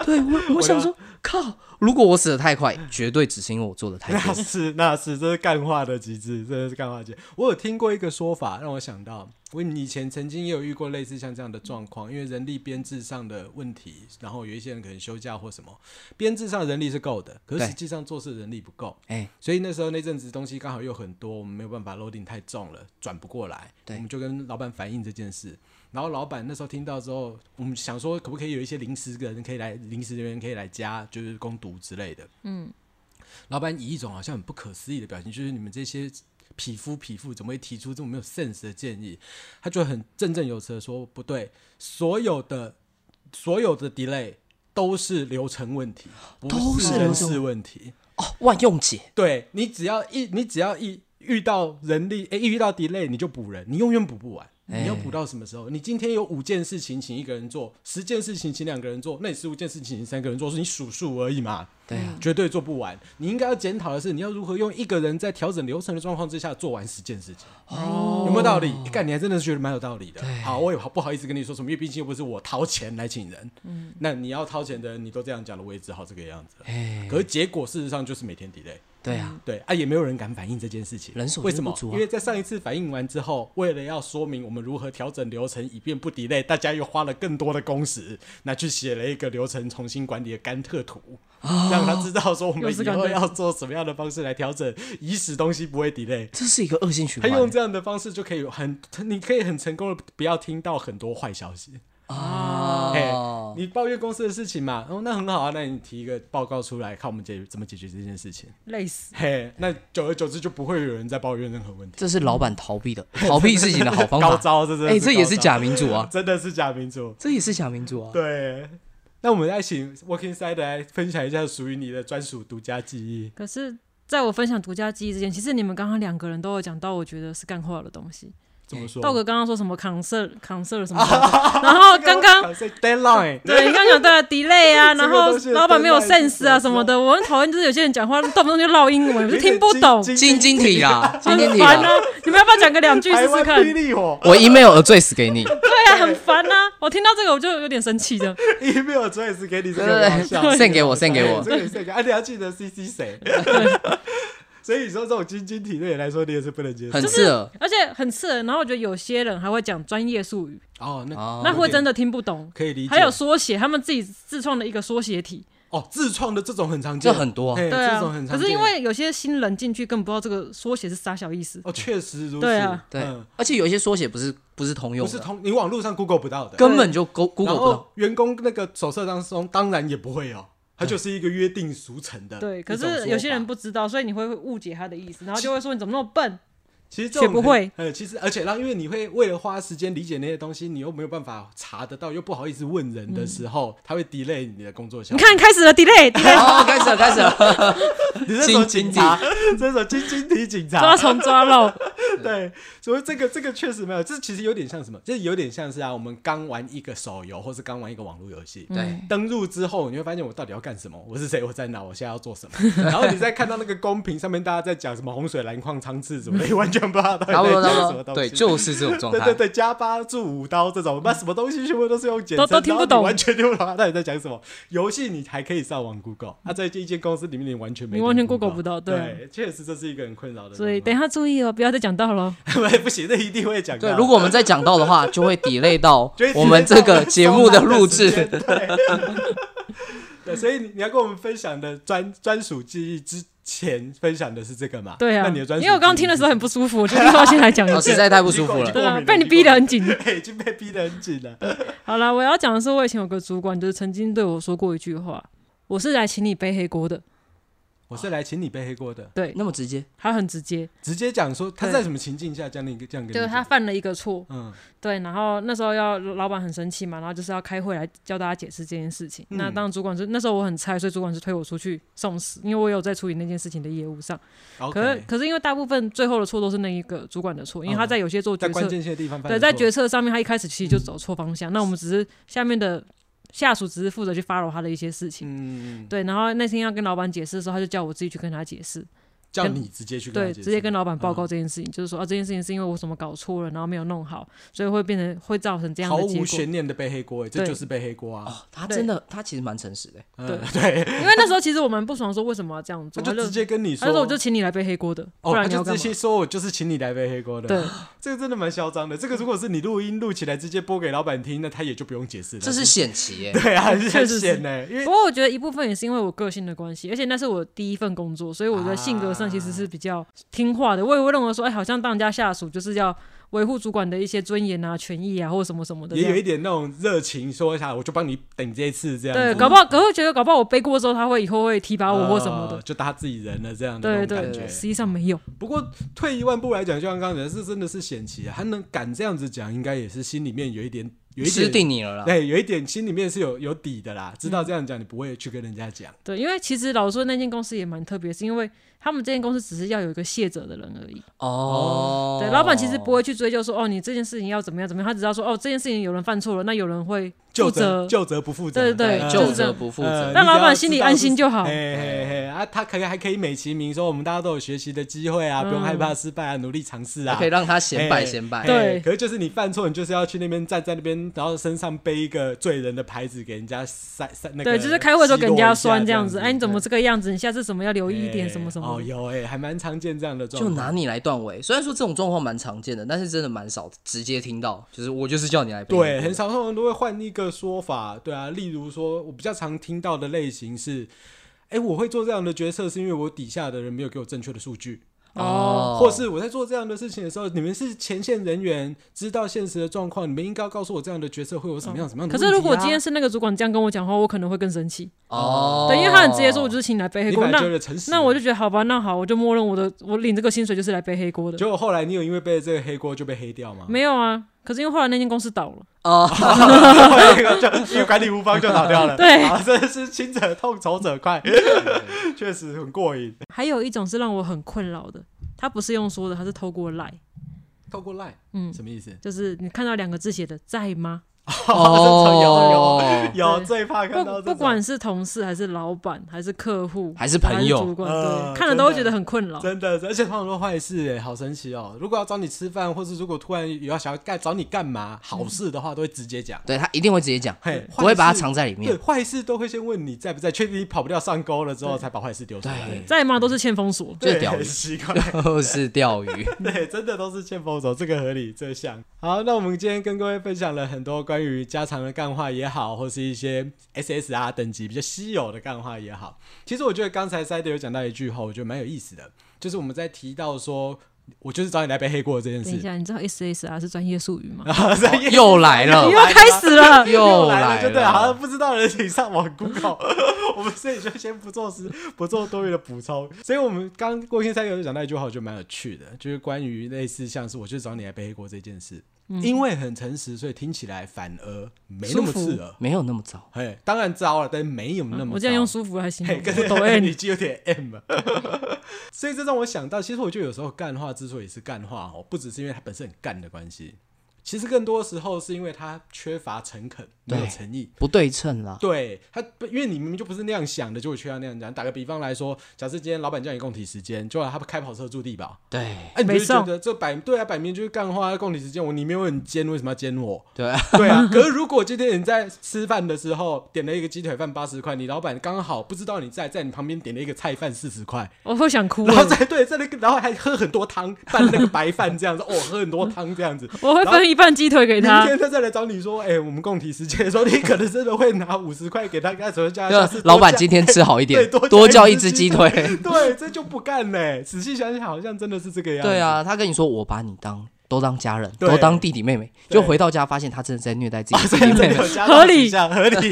Speaker 1: 对我，我
Speaker 3: 我
Speaker 1: 想
Speaker 3: 要
Speaker 1: 说，靠，如果我死的太快，绝对只是因为我做的太
Speaker 3: 那
Speaker 1: 多。
Speaker 3: 是那是，这是干话的极致，真的是干话极致。我有听过一个说法，让我想到，我以前曾经也有遇过类似像这样的状况，因为人力编制上的问题，然后有一些人可能休假或什么，编制上人力是够的，可是
Speaker 1: 对
Speaker 3: 实际上做事人力不够。
Speaker 1: 哎，
Speaker 3: 所以那时候那阵子东西刚好又很多，我们没有办法 loading 太重了，转不过来，我
Speaker 1: 对
Speaker 3: 们就跟老板反映这件事。然后老板那时候听到之后，我们想说可不可以有一些临时的人可以来，临时人员可以来加，就是攻读之类的。嗯，老板以一种好像很不可思议的表情，就是你们这些匹夫匹妇怎么会提出这么没有 sense 的建议？他就很振振有词的说，不对，所有的所有的 delay 都是流程问题，不
Speaker 1: 都是
Speaker 3: 是
Speaker 1: 流
Speaker 3: 人
Speaker 1: 程
Speaker 3: 事问题。
Speaker 1: 哦，万用解，
Speaker 3: 对你只要一你只要一遇到人力，哎、一遇到 delay 你就补人，你永远补不完。你要补到什么时候？你今天有五件事情请一个人做，十件事情请两个人做，那你十五件事情请三个人做，是你数数而已嘛？
Speaker 1: 对啊，
Speaker 3: 绝对做不完。你应该要检讨的是，你要如何用一个人在调整流程的状况之下做完十件事情，
Speaker 1: 哦
Speaker 3: 有没有道理？干，你还真的是觉得蛮有道理的
Speaker 1: 对。
Speaker 3: 好，我也好不好意思跟你说什么，因为毕竟又不是我掏钱来请人。嗯，那你要掏钱的人，你都这样讲了，我也只好这个样子了。
Speaker 1: 哎，
Speaker 3: 可是结果事实上就是每天 delay。
Speaker 1: 对啊，
Speaker 3: 对啊，也没有人敢反映这件事情。
Speaker 1: 人手就是
Speaker 3: 为什么
Speaker 1: 不足啊
Speaker 3: 因为在上一次反映完之后，为了要说明我们如何调整流程以便不 delay，大家又花了更多的工时，那去写了一个流程重新管理的甘特图，
Speaker 1: 啊
Speaker 3: 让他知道说我
Speaker 2: 又
Speaker 3: 们
Speaker 2: 是
Speaker 3: 以
Speaker 2: 甘特
Speaker 3: 后
Speaker 2: 图
Speaker 3: 要做什么样的方式来调整，以使东西不会 delay。
Speaker 1: 这是一个恶性循
Speaker 3: 他用
Speaker 1: 环。
Speaker 3: 这样的方式就可以很，你可以很成功的不要听到很多坏消息。哎、
Speaker 1: 哦，
Speaker 3: 你抱怨公司的事情嘛，哦，那很好啊，那你提一个报告出来，看我们解怎么解决这件事情。
Speaker 2: 累死。
Speaker 3: 嘿，那久而久之就不会有人再抱怨任何问题。
Speaker 1: 这是老板逃 避的逃避事情的好方
Speaker 3: 高
Speaker 1: 法。
Speaker 3: 招，这真的
Speaker 1: 哎，这也是
Speaker 3: 高招
Speaker 1: 假民主啊，
Speaker 3: 真的是假民主。
Speaker 1: 这也是假民主啊。
Speaker 3: 对，那我们来请 Working Side 来分享一下属于你的专属独家记忆。
Speaker 2: 可是，在我分享独家记忆之前，其实你们刚刚两个人都有讲到，我觉得是干话的东西。
Speaker 3: 怎么说？
Speaker 2: 道哥刚刚说什么 concern concern 什么的，然后刚刚
Speaker 3: deadline，
Speaker 2: 对，你刚讲到 delay 啊，
Speaker 3: 这个
Speaker 2: 然后
Speaker 3: 东西的
Speaker 2: 老板没有
Speaker 3: deadline 是
Speaker 2: sense 啊
Speaker 3: 什
Speaker 2: 什
Speaker 3: 么
Speaker 2: 么的，我很讨厌，就是有些人讲话动不动就唠英文，我就听不懂，
Speaker 1: 晶晶体 啊，晶晶
Speaker 2: 很
Speaker 1: 体
Speaker 2: 烦
Speaker 1: 啊
Speaker 2: 啊，！你们要不要讲个两句
Speaker 3: 台
Speaker 2: 试
Speaker 3: 湾
Speaker 2: 试看？
Speaker 3: 霹
Speaker 2: 对
Speaker 3: 雳火
Speaker 1: 我 email address 给你。
Speaker 2: 啊，很烦啊！我听到这个我就有点生气 的。
Speaker 3: ，email 专也是给你这
Speaker 1: 对
Speaker 3: 个
Speaker 1: 对
Speaker 3: 好笑
Speaker 1: 对，，send 给我，send 给
Speaker 3: 哎
Speaker 1: 我
Speaker 3: 这。个也 send 给，啊，你要记得 CC 谁。 所以你说这种晶晶体对你来说，你也是不能接受
Speaker 1: 很。刺耳
Speaker 2: 而且很刺耳。然后我觉得有些人还会讲专业术语，
Speaker 3: 哦，那
Speaker 1: 哦
Speaker 2: 那会真的听不懂。
Speaker 3: 可以理解。
Speaker 2: 还有缩写，他们自己自创的一个缩写体，
Speaker 3: 哦，自创的这种很常见，
Speaker 1: 这很多啊
Speaker 3: 嘿
Speaker 2: 对
Speaker 3: 这
Speaker 2: 啊
Speaker 3: 种很。常
Speaker 2: 可是
Speaker 3: 见。
Speaker 2: 因为有些新人进去根本不知道这个缩写是啥小意思，
Speaker 3: 哦，确实如此，
Speaker 2: 对啊
Speaker 1: 对
Speaker 3: 嗯，
Speaker 1: 而且有一些缩写不是不是通
Speaker 3: 不
Speaker 1: 用
Speaker 3: 是
Speaker 1: 的，
Speaker 3: 通，你网络上 Google 不到的，
Speaker 1: 根本就 Go-
Speaker 3: 然
Speaker 1: Google 不到。
Speaker 3: 后员工那个手册当中当然也不会有，它就是一个约定俗成的。
Speaker 2: 对。可是有些人，不知道，所以你会误解他的意 思，然后就会说你怎么那么笨？
Speaker 3: 其实这种
Speaker 2: 学不会
Speaker 3: 很。呃，其实而且让因为你会为了花时间理解那些东西，你又没有办法查得到，又不好意思问人的时候，
Speaker 1: 嗯
Speaker 3: 它会 delay 你的工作效
Speaker 2: 你
Speaker 3: 率。
Speaker 2: 看开始了，delay，delay，
Speaker 1: 哦，开始了，开始了。
Speaker 3: 你这种警察， 这种晶晶体警察，
Speaker 2: 抓虫抓漏，
Speaker 3: 对，所以这个这个确实没有，这其实有点像什么？这有点像是啊，我们刚玩一个手游，或是刚玩一个网络游戏，
Speaker 2: 嗯
Speaker 1: 对，
Speaker 3: 登入之后，你会发现我到底要干什么？我是谁？我在哪？我现在要做什么？然后你再看到那个公屏上面大家在讲什么洪水蓝矿苍刺什么的，你完全不知道到底
Speaker 1: 差不
Speaker 3: 在
Speaker 1: 多，
Speaker 3: 讲
Speaker 1: 差
Speaker 3: 什
Speaker 1: 不
Speaker 3: 么
Speaker 1: 多。
Speaker 3: 东西。
Speaker 1: 对，就是这种状
Speaker 3: 对对
Speaker 1: 态。
Speaker 3: 对，加八助五刀这种，那什么东西全部都是用简
Speaker 2: 都
Speaker 3: 称，
Speaker 2: 都听不懂
Speaker 3: 然后你完全听不懂他到底在讲什么。游戏你还可以上网 Google，那、在这一间公司里面你完全没
Speaker 2: 你完全
Speaker 3: 得
Speaker 2: Google 不到对啊
Speaker 3: 对，确实这是一个很困扰的状况。
Speaker 2: 所以等一下注意哦，不要再讲到了。
Speaker 3: 不行，这一定会讲到。
Speaker 1: 对，如果我们再讲到的话，就会 delay 到
Speaker 3: 就会
Speaker 1: 我们这个节目的录
Speaker 3: 提前
Speaker 1: 制。
Speaker 3: 到收档的时间。 对，对所以你你要跟我们分享的专专属记忆之前分享的是这个嘛？
Speaker 2: 对啊，
Speaker 3: 那你的专属，
Speaker 2: 因为我刚刚听的时候很不舒服，我就立刻先来讲一
Speaker 1: 哦，
Speaker 2: 下
Speaker 1: 实。在太不舒服了。
Speaker 2: 对
Speaker 3: 过
Speaker 2: 啊，
Speaker 3: 敏了
Speaker 2: 被你
Speaker 3: 你
Speaker 2: 逼
Speaker 3: 过
Speaker 2: 得
Speaker 3: 敏
Speaker 2: 很紧。
Speaker 3: 嘿已经被逼得很紧了。
Speaker 2: 好了，我要讲的是，我以前有个主管，就是曾经对我说过一句话：“我是来请你背黑锅的。
Speaker 3: 我是来请你背黑锅的”，
Speaker 2: 对，
Speaker 1: 那么直接，
Speaker 2: 他很直接，
Speaker 3: 直接讲说他在什么情境下将你这样跟你
Speaker 2: 就是
Speaker 3: 讲，
Speaker 2: 他犯了一个错。
Speaker 3: 嗯，
Speaker 2: 对，然后那时候要老板很生气嘛，然后就是要开会来教大家解释这件事情。
Speaker 3: 嗯
Speaker 2: 那当然主管是那时候我很菜，所以主管是推我出去送死，因为我有在处理那件事情的业务上。可是
Speaker 3: OK，
Speaker 2: 可是因为大部分最后的错都是那一个主管的错，因为他
Speaker 3: 嗯
Speaker 2: 在有些做
Speaker 3: 在
Speaker 2: 决策
Speaker 3: 关键性的地方犯
Speaker 2: 对，
Speaker 3: 的
Speaker 2: 在
Speaker 3: 错
Speaker 2: 决策上面，他一开始其实就走错方向。那我们只是下面的下属只是负责去 follow 他的一些事情。
Speaker 3: 嗯，
Speaker 2: 对，然后那天要跟老板解释的时候，他就叫我自己去跟他解释，
Speaker 3: 叫你直接去跟他
Speaker 2: 对，
Speaker 3: 解释嗯
Speaker 2: 直接跟老板报告这件事情，就是说啊，这件事情是因为我什么搞错了，然后没有弄好，所以会变成会造成这样
Speaker 3: 毫
Speaker 2: 的结
Speaker 3: 无
Speaker 2: 果。
Speaker 3: 悬念的背黑锅，哎这
Speaker 2: 对
Speaker 3: 就是背黑锅啊，
Speaker 1: 哦，他
Speaker 2: 对
Speaker 1: 真的，他其实蛮诚实的。
Speaker 3: 嗯
Speaker 2: 对
Speaker 3: 对，
Speaker 2: 因为那时候其实我蛮不爽，说为什么要这样
Speaker 3: 他
Speaker 2: 做，
Speaker 3: 就
Speaker 2: 他
Speaker 3: 直接跟你
Speaker 2: 他
Speaker 3: 说，
Speaker 2: 就说我就请你来背黑锅的，
Speaker 3: 哦，
Speaker 2: 不然
Speaker 3: 他
Speaker 2: 你
Speaker 3: 就
Speaker 2: 要干
Speaker 3: 直
Speaker 2: 嘛
Speaker 3: 接？说我就是请你来背黑锅的，
Speaker 2: 对，
Speaker 3: 这个真的蛮嚣张的。这个如果是你录音录起来直接播给老板听，那他也就不用解释了。
Speaker 1: 这是险棋耶。
Speaker 3: 对啊，
Speaker 2: 确实
Speaker 3: 很
Speaker 2: 是
Speaker 3: 险呢，因为
Speaker 2: 不过我觉得一部分也是因为我个性的关系，而且那是我第一份工作，所以我的性格上其实是比较听话的。我也会认为说，哎，好像当人家下属就是要维护主管的一些尊严啊、权益啊，或什么什么的这
Speaker 3: 也
Speaker 2: 样。
Speaker 3: 有一点那种热情，说一下我就帮你顶这一次这样子。
Speaker 2: 对，搞不好，可会觉得搞不好我背锅之后，他会以后会提拔我或什么的。
Speaker 3: 呃就当他自己人了这样的
Speaker 2: 对
Speaker 3: 呃那种
Speaker 2: 对
Speaker 3: 感
Speaker 2: 对，
Speaker 3: 觉。
Speaker 2: 实际上没有。
Speaker 3: 不过退一万步来讲，就像刚刚讲的，这真的是险棋啊，他能敢这样子讲，应该也是心里面有一点有一
Speaker 1: 吃
Speaker 3: 点。
Speaker 1: 定你了啦。
Speaker 3: 对，有一点心里面是有有底的啦，知
Speaker 2: 嗯
Speaker 3: 道这样讲你不会去跟人家讲，
Speaker 2: 对，因为其实老实说那间公司也蛮特别，是因为他们这间公司只是要有一个卸责的人而已。
Speaker 1: 哦，
Speaker 2: 对，老板其实不会去追究说哦，你这件事情要怎么样怎么样，他只知道说哦，这件事情有人犯错了，那有人会
Speaker 3: 就
Speaker 2: 负
Speaker 3: 责
Speaker 2: 责。
Speaker 3: 就责不负责，
Speaker 2: 对对
Speaker 1: 对
Speaker 3: 呃
Speaker 2: 就是
Speaker 1: 就
Speaker 2: 这
Speaker 1: 责
Speaker 2: 样
Speaker 1: 不负
Speaker 3: 呃
Speaker 1: 责。
Speaker 2: 但
Speaker 3: 你只要
Speaker 2: 老板心里
Speaker 3: 知道
Speaker 2: 安
Speaker 3: 是
Speaker 2: 心就好
Speaker 3: 嘿嘿嘿啊，他可以还可以美其名说我们大家都有学习的机会啊，不用害怕失败啊，努力尝试 啊
Speaker 1: 可以。让他显摆
Speaker 3: 嘿
Speaker 1: 显摆。
Speaker 3: 嘿
Speaker 2: 嗯对
Speaker 3: 可是就是你犯错，你就是要去那边站在那边，然后身上背一个罪人的牌子，给人家塞塞那个。
Speaker 2: 对，就是开会的时候给人家酸
Speaker 3: 这
Speaker 2: 这样子，哎，你怎么
Speaker 3: 嗯
Speaker 2: 这个样子？你下次怎么要留意一点，
Speaker 3: 嘿
Speaker 2: 什么什么
Speaker 3: 哦，
Speaker 2: 的。
Speaker 3: 有哎，还蛮常见这样的状
Speaker 1: 就
Speaker 3: 况。
Speaker 1: 拿你来断尾，虽然说这种状况蛮常见的，但是真的蛮少直接听到，就是我就是叫你来陪我
Speaker 3: 对，很少通常都会换一个说法，对啊，例如说，我比较常听到的类型是，哎、我会做这样的决策，是因为我底下的人没有给我正确的数据，
Speaker 1: 哦，
Speaker 3: 或是我在做这样的事情的时候，你们是前线人员，知道现实的状况，你们应该要告诉我这样的决策会有什么样什么样的、
Speaker 2: 可
Speaker 3: 问
Speaker 2: 是如果
Speaker 3: 题啊
Speaker 2: 今天是那个主管这样跟我讲话，我可能会更生气。
Speaker 1: 哦，
Speaker 2: 对，因为他很直接说，我就是请你来背黑
Speaker 3: 你
Speaker 2: 锅。
Speaker 3: 反而
Speaker 2: 那
Speaker 3: 觉得诚实，
Speaker 2: 那我就觉得好吧，那好，我就默认我的我领这个薪水就是来背黑锅的。
Speaker 3: 结果后来你有因为被这个黑锅就被黑掉吗？
Speaker 2: 没有啊，可是因为后来那间公司倒了，
Speaker 1: 哦，
Speaker 3: 就因为管理无方就倒掉了。
Speaker 2: 对
Speaker 3: 啊，真的是亲者痛，仇者快，确实很过瘾。
Speaker 2: 还有一种是让我很困扰的，他不是用说的，他是透过赖，
Speaker 3: 透过 line，
Speaker 2: 嗯
Speaker 3: 什么意思？
Speaker 2: 就是你看到两个字写的在吗？
Speaker 1: 哦
Speaker 3: 哦，有有有，
Speaker 2: 对
Speaker 3: 最怕看到
Speaker 2: 不
Speaker 3: 这种
Speaker 2: 不管是同事还是老板还是客户
Speaker 1: 还是朋友
Speaker 2: 还是主管，
Speaker 3: 呃
Speaker 2: 对，看了都会觉得很困扰。
Speaker 3: 真的，而且碰到多坏事哎，好神奇哦！如果要找你吃饭，或是如果突然有要想要干找你干
Speaker 2: 嗯
Speaker 3: 嘛好事的话，都会直接讲，
Speaker 1: 对他一定会直接讲，
Speaker 3: 嘿，
Speaker 1: 不会把
Speaker 3: 坏
Speaker 1: 它
Speaker 3: 事
Speaker 1: 藏在里
Speaker 3: 对
Speaker 1: 面。
Speaker 3: 坏事都会先问你在不在，确定你跑不掉上钩了之后，才把坏事丢出来
Speaker 1: 对。
Speaker 2: 在吗？都是欠封锁。
Speaker 1: 这
Speaker 3: 对，
Speaker 1: 屌
Speaker 3: 很
Speaker 1: 人
Speaker 3: 奇怪。
Speaker 1: 就是钓 鱼，
Speaker 3: 对，真的都是欠风手，这个合理，这个像。好，那我们今天跟各位分享了很多关于家常的干话也好，或是一些 SSR 等级比较稀有的干话也好。其实我觉得刚才 Side 有讲到一句话，我觉得蛮有意思的，就是我们在提到说，我就是找你来背黑锅这件
Speaker 2: 等一
Speaker 3: 事，
Speaker 2: 下，哎你知道 SSR 是专业术语
Speaker 3: 哦
Speaker 2: 吗？
Speaker 1: 又来了
Speaker 2: 你，又开始 了。
Speaker 1: 又
Speaker 3: 来了，就对了，啊好像
Speaker 1: 了。
Speaker 3: 不知道的人请上网 Google。我 们所以就先不做是不做多余的补充。所以我们刚刚郭先生有讲到一句话，我觉得蛮有趣的，就是关于类似像是我去找你来背黑锅这件事，
Speaker 2: 嗯
Speaker 3: 因为很诚实，所以听起来反而没那么
Speaker 2: 舒服嗯
Speaker 3: 刺耳。
Speaker 1: 没有那么糟，
Speaker 3: 嘿，当然糟了，但没有那么糟。
Speaker 2: 我这样用舒服来形容，
Speaker 3: 嘿，跟
Speaker 2: 我抖哎 N
Speaker 3: 你。就有点 M，所以这让我想到，其实我觉得有时候干话之所以是干话哦，不只是因为它本身很干的关系，其实更多时候是因为它缺乏诚恳，没有
Speaker 1: 对
Speaker 3: 诚意。
Speaker 1: 不对称啦。
Speaker 3: 对他，不因为你明明就不是那样想的，就却要那样讲。打个比方来说，假设今天老板叫你供体时间，就他开跑车住地堡，
Speaker 1: 对
Speaker 3: 哎、你
Speaker 2: 没
Speaker 3: 就觉
Speaker 2: 送
Speaker 3: 得这摆对啊，摆明就是干话，供体时间我你没有很奸，为什么要奸我？
Speaker 1: 对啊，
Speaker 3: 对
Speaker 2: 嗯
Speaker 3: 啊，可是如果今天你在吃饭的时候点了一个鸡腿饭八十块，你老板刚好不知道你在，在你旁边点了一个菜饭四十块，
Speaker 2: 我会想哭欸
Speaker 3: 然后
Speaker 2: 了，
Speaker 3: 再对在那个，然后还喝很多汤拌那个白饭这 样子，哦，喝很多汤这样子，
Speaker 2: 我会分一半鸡腿给
Speaker 3: 明
Speaker 2: 他。
Speaker 3: 天他再来找你说，哎、我们供体时间的时候，你可能真的会拿五十块给他，跟他说叫他 下次多
Speaker 1: 老板
Speaker 3: 加
Speaker 1: 今天吃好一
Speaker 3: 对
Speaker 1: 点，
Speaker 3: 多
Speaker 1: 多
Speaker 3: 叫
Speaker 1: 叫
Speaker 3: 一
Speaker 1: 一
Speaker 3: 只
Speaker 1: 只
Speaker 3: 鸡
Speaker 1: 鸡
Speaker 3: 腿
Speaker 1: 腿。
Speaker 3: 对，这就不干嘞。仔细想想，好像真的是这个样子。
Speaker 1: 对，啊，他跟你说我把你当都当家人，
Speaker 3: 对
Speaker 1: 都当弟弟妹妹，
Speaker 3: 对
Speaker 1: 就
Speaker 3: 啊
Speaker 1: 回到家发现他真的在虐 待自己的
Speaker 3: 这
Speaker 1: 弟
Speaker 3: 样
Speaker 1: 弟
Speaker 3: 子
Speaker 1: 妹妹，
Speaker 3: 有加
Speaker 2: 合理
Speaker 3: 讲合理，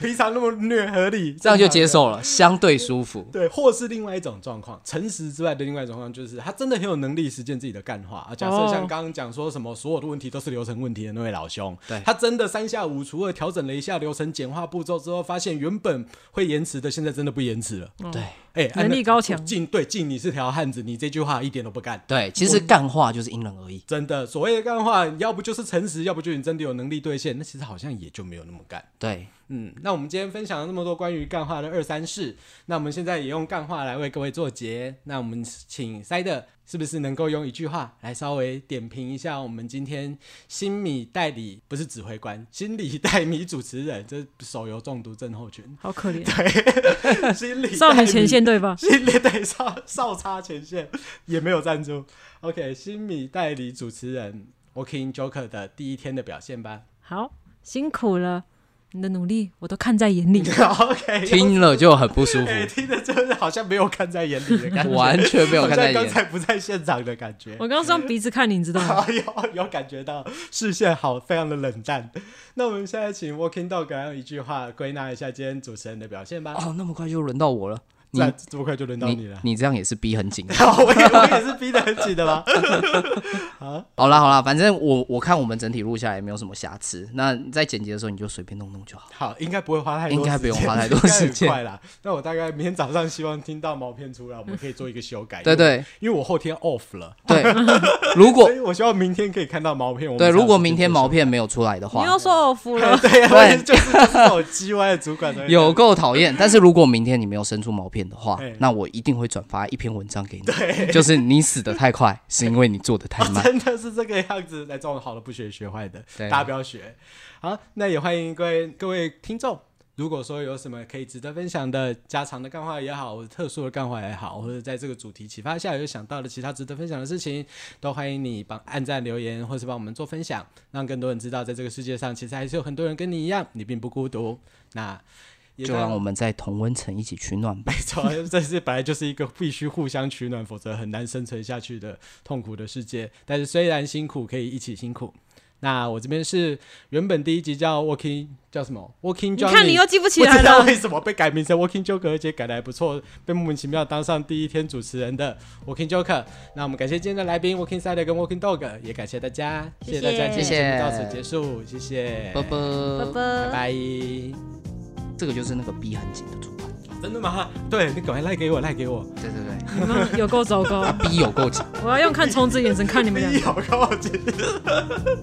Speaker 3: 平常那么虐合理，
Speaker 1: 这样就接
Speaker 3: 正常的。
Speaker 1: 受 了，相对舒服。
Speaker 3: 对，或是另外一种状况，诚实之外的另外一种状况，就是他真的很有能力实践自己的干话啊。假设
Speaker 2: 哦
Speaker 3: 像刚刚讲说什么，所有的问题都是流程问题的那位老兄，
Speaker 1: 对
Speaker 3: 他真的三下五除二调整了一下流程，简化步骤之后，发现原本会延迟的，现在真的不延迟了。
Speaker 2: 哦
Speaker 1: 对
Speaker 3: 哎、啊
Speaker 2: 能力
Speaker 3: 那
Speaker 2: 高强，
Speaker 3: 敬对敬你是条汉子，你这句话一点都不干。
Speaker 1: 对，其实干话就是因人而异。
Speaker 3: 真的，所谓的干话，要不就是诚实，要不就是你真的有能力兑现，那其实好像也就没有那么干。
Speaker 1: 对，
Speaker 3: 嗯，那我们今天分享了那么多关于干话的二三事，那我们现在也用干话来为各位做结。那我们请塞的，是不是能够用一句话来稍微点评一下我们今天新米代理不是指挥官，心理代理主持人，这手游中毒症候群
Speaker 2: 好可怜，
Speaker 3: 心理
Speaker 2: 少
Speaker 3: 代
Speaker 2: 女
Speaker 3: 理
Speaker 2: 前线对吧？
Speaker 3: 新列队少少叉前线也没有赞助。OK，新米代理主持人 Working Joker 的第一天的表现吧。
Speaker 2: 好，辛苦了，你的努力我都看在眼里。
Speaker 3: OK，
Speaker 1: 听了就很不舒
Speaker 3: 哎、
Speaker 1: 服，
Speaker 3: 听着就是好像没有看在眼里的感 觉，
Speaker 1: 完全没有看在
Speaker 3: 好像刚
Speaker 1: 眼里。
Speaker 3: 才不在现场的感觉。
Speaker 2: 我刚刚是用鼻子看你，你知道 吗？
Speaker 3: 有有感觉到视线好，非常的冷淡。那我们现在请 Working Dog 用一句话归纳一下今天主持人的表现吧。
Speaker 1: 哦，那么快就轮到我了。哦你
Speaker 3: 那这么快就轮到你了。
Speaker 1: 你这样也是逼很紧。
Speaker 3: 好，我也我也是逼得很紧的吧？
Speaker 1: 好啦好啦，反正我我看我们整体录下来没有什么瑕疵。那你在剪辑的时候你就随便弄弄就好。
Speaker 3: 好，应该不会花太多时间，
Speaker 1: 应该不用花太多
Speaker 3: 应该很
Speaker 1: 时间
Speaker 3: 快啦。那我大概明天早上希望听到毛片出来，我们可以做一个修 改。
Speaker 1: 对对
Speaker 3: 因为我，因为我后天 off 了，
Speaker 1: 对， 如果
Speaker 3: 所以我希望明天可以看到毛片。我们
Speaker 1: 对
Speaker 3: 才有
Speaker 1: 如果
Speaker 3: 时间
Speaker 1: 明天
Speaker 3: 做
Speaker 1: 毛
Speaker 3: 修改
Speaker 1: 片没有出来的
Speaker 2: 你
Speaker 1: 话，
Speaker 2: 又说我服了，
Speaker 3: 对啊，
Speaker 1: 对
Speaker 3: 就是就是这种叽歪的主 管才会
Speaker 1: 有够讨厌。但是如果明天你没有生出毛片的话
Speaker 3: 哎，
Speaker 1: 那我一定会转发一篇文章给你，就是你死的太快，是因为你做的太慢。
Speaker 3: 哦真的是这个样子。来，这种好的不学，学坏的，
Speaker 1: 对啊
Speaker 3: 大家不要学。好，那也欢迎各位各位听众，如果说有什么可以值得分享的家常的干话也好，或者特殊的干话也好，或者在这个主题启发下有想到的其他值得分享的事情，都欢迎你帮按赞、留言，或是帮我们做分享，让更多人知道，在这个世界上其实还是有很多人跟你一样，你并不孤独。那 也
Speaker 1: 就让我们在同温层一起取暖 吧。
Speaker 3: 没错，啊这是本来就是一个必须互相取暖，否则很难生存下去的痛苦的世界。但是虽然辛苦，可以一起辛苦。那我这边是原本第一集叫 Working 叫什么 Working
Speaker 2: 你
Speaker 3: Johnny，
Speaker 2: 看你又记不起
Speaker 3: 不
Speaker 2: 来
Speaker 3: 知道
Speaker 2: 了。
Speaker 3: 为什么被改名成 Working Joker，而且改的还不错，被莫名其妙当上第一天主持人的 Working Joker。那我们感谢今天的来宾 Working Side 跟 Working Dog，也感谢大家，谢大家，
Speaker 1: 谢
Speaker 2: 谢
Speaker 3: 今天节目到此结束，谢谢，
Speaker 1: 拜拜
Speaker 2: 拜。
Speaker 3: 拜
Speaker 2: 拜。
Speaker 3: 拜。
Speaker 1: 这个就是那个逼很紧的主管。
Speaker 3: 真的吗？对你赶快赖给我，赖给我。
Speaker 1: 对对对，
Speaker 2: 你们有够糟糕，
Speaker 1: 逼有够紧。
Speaker 2: 我要用 看虫子的眼神看你们两个
Speaker 3: 你。有好奇，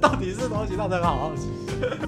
Speaker 3: 到底是东西让人好好奇。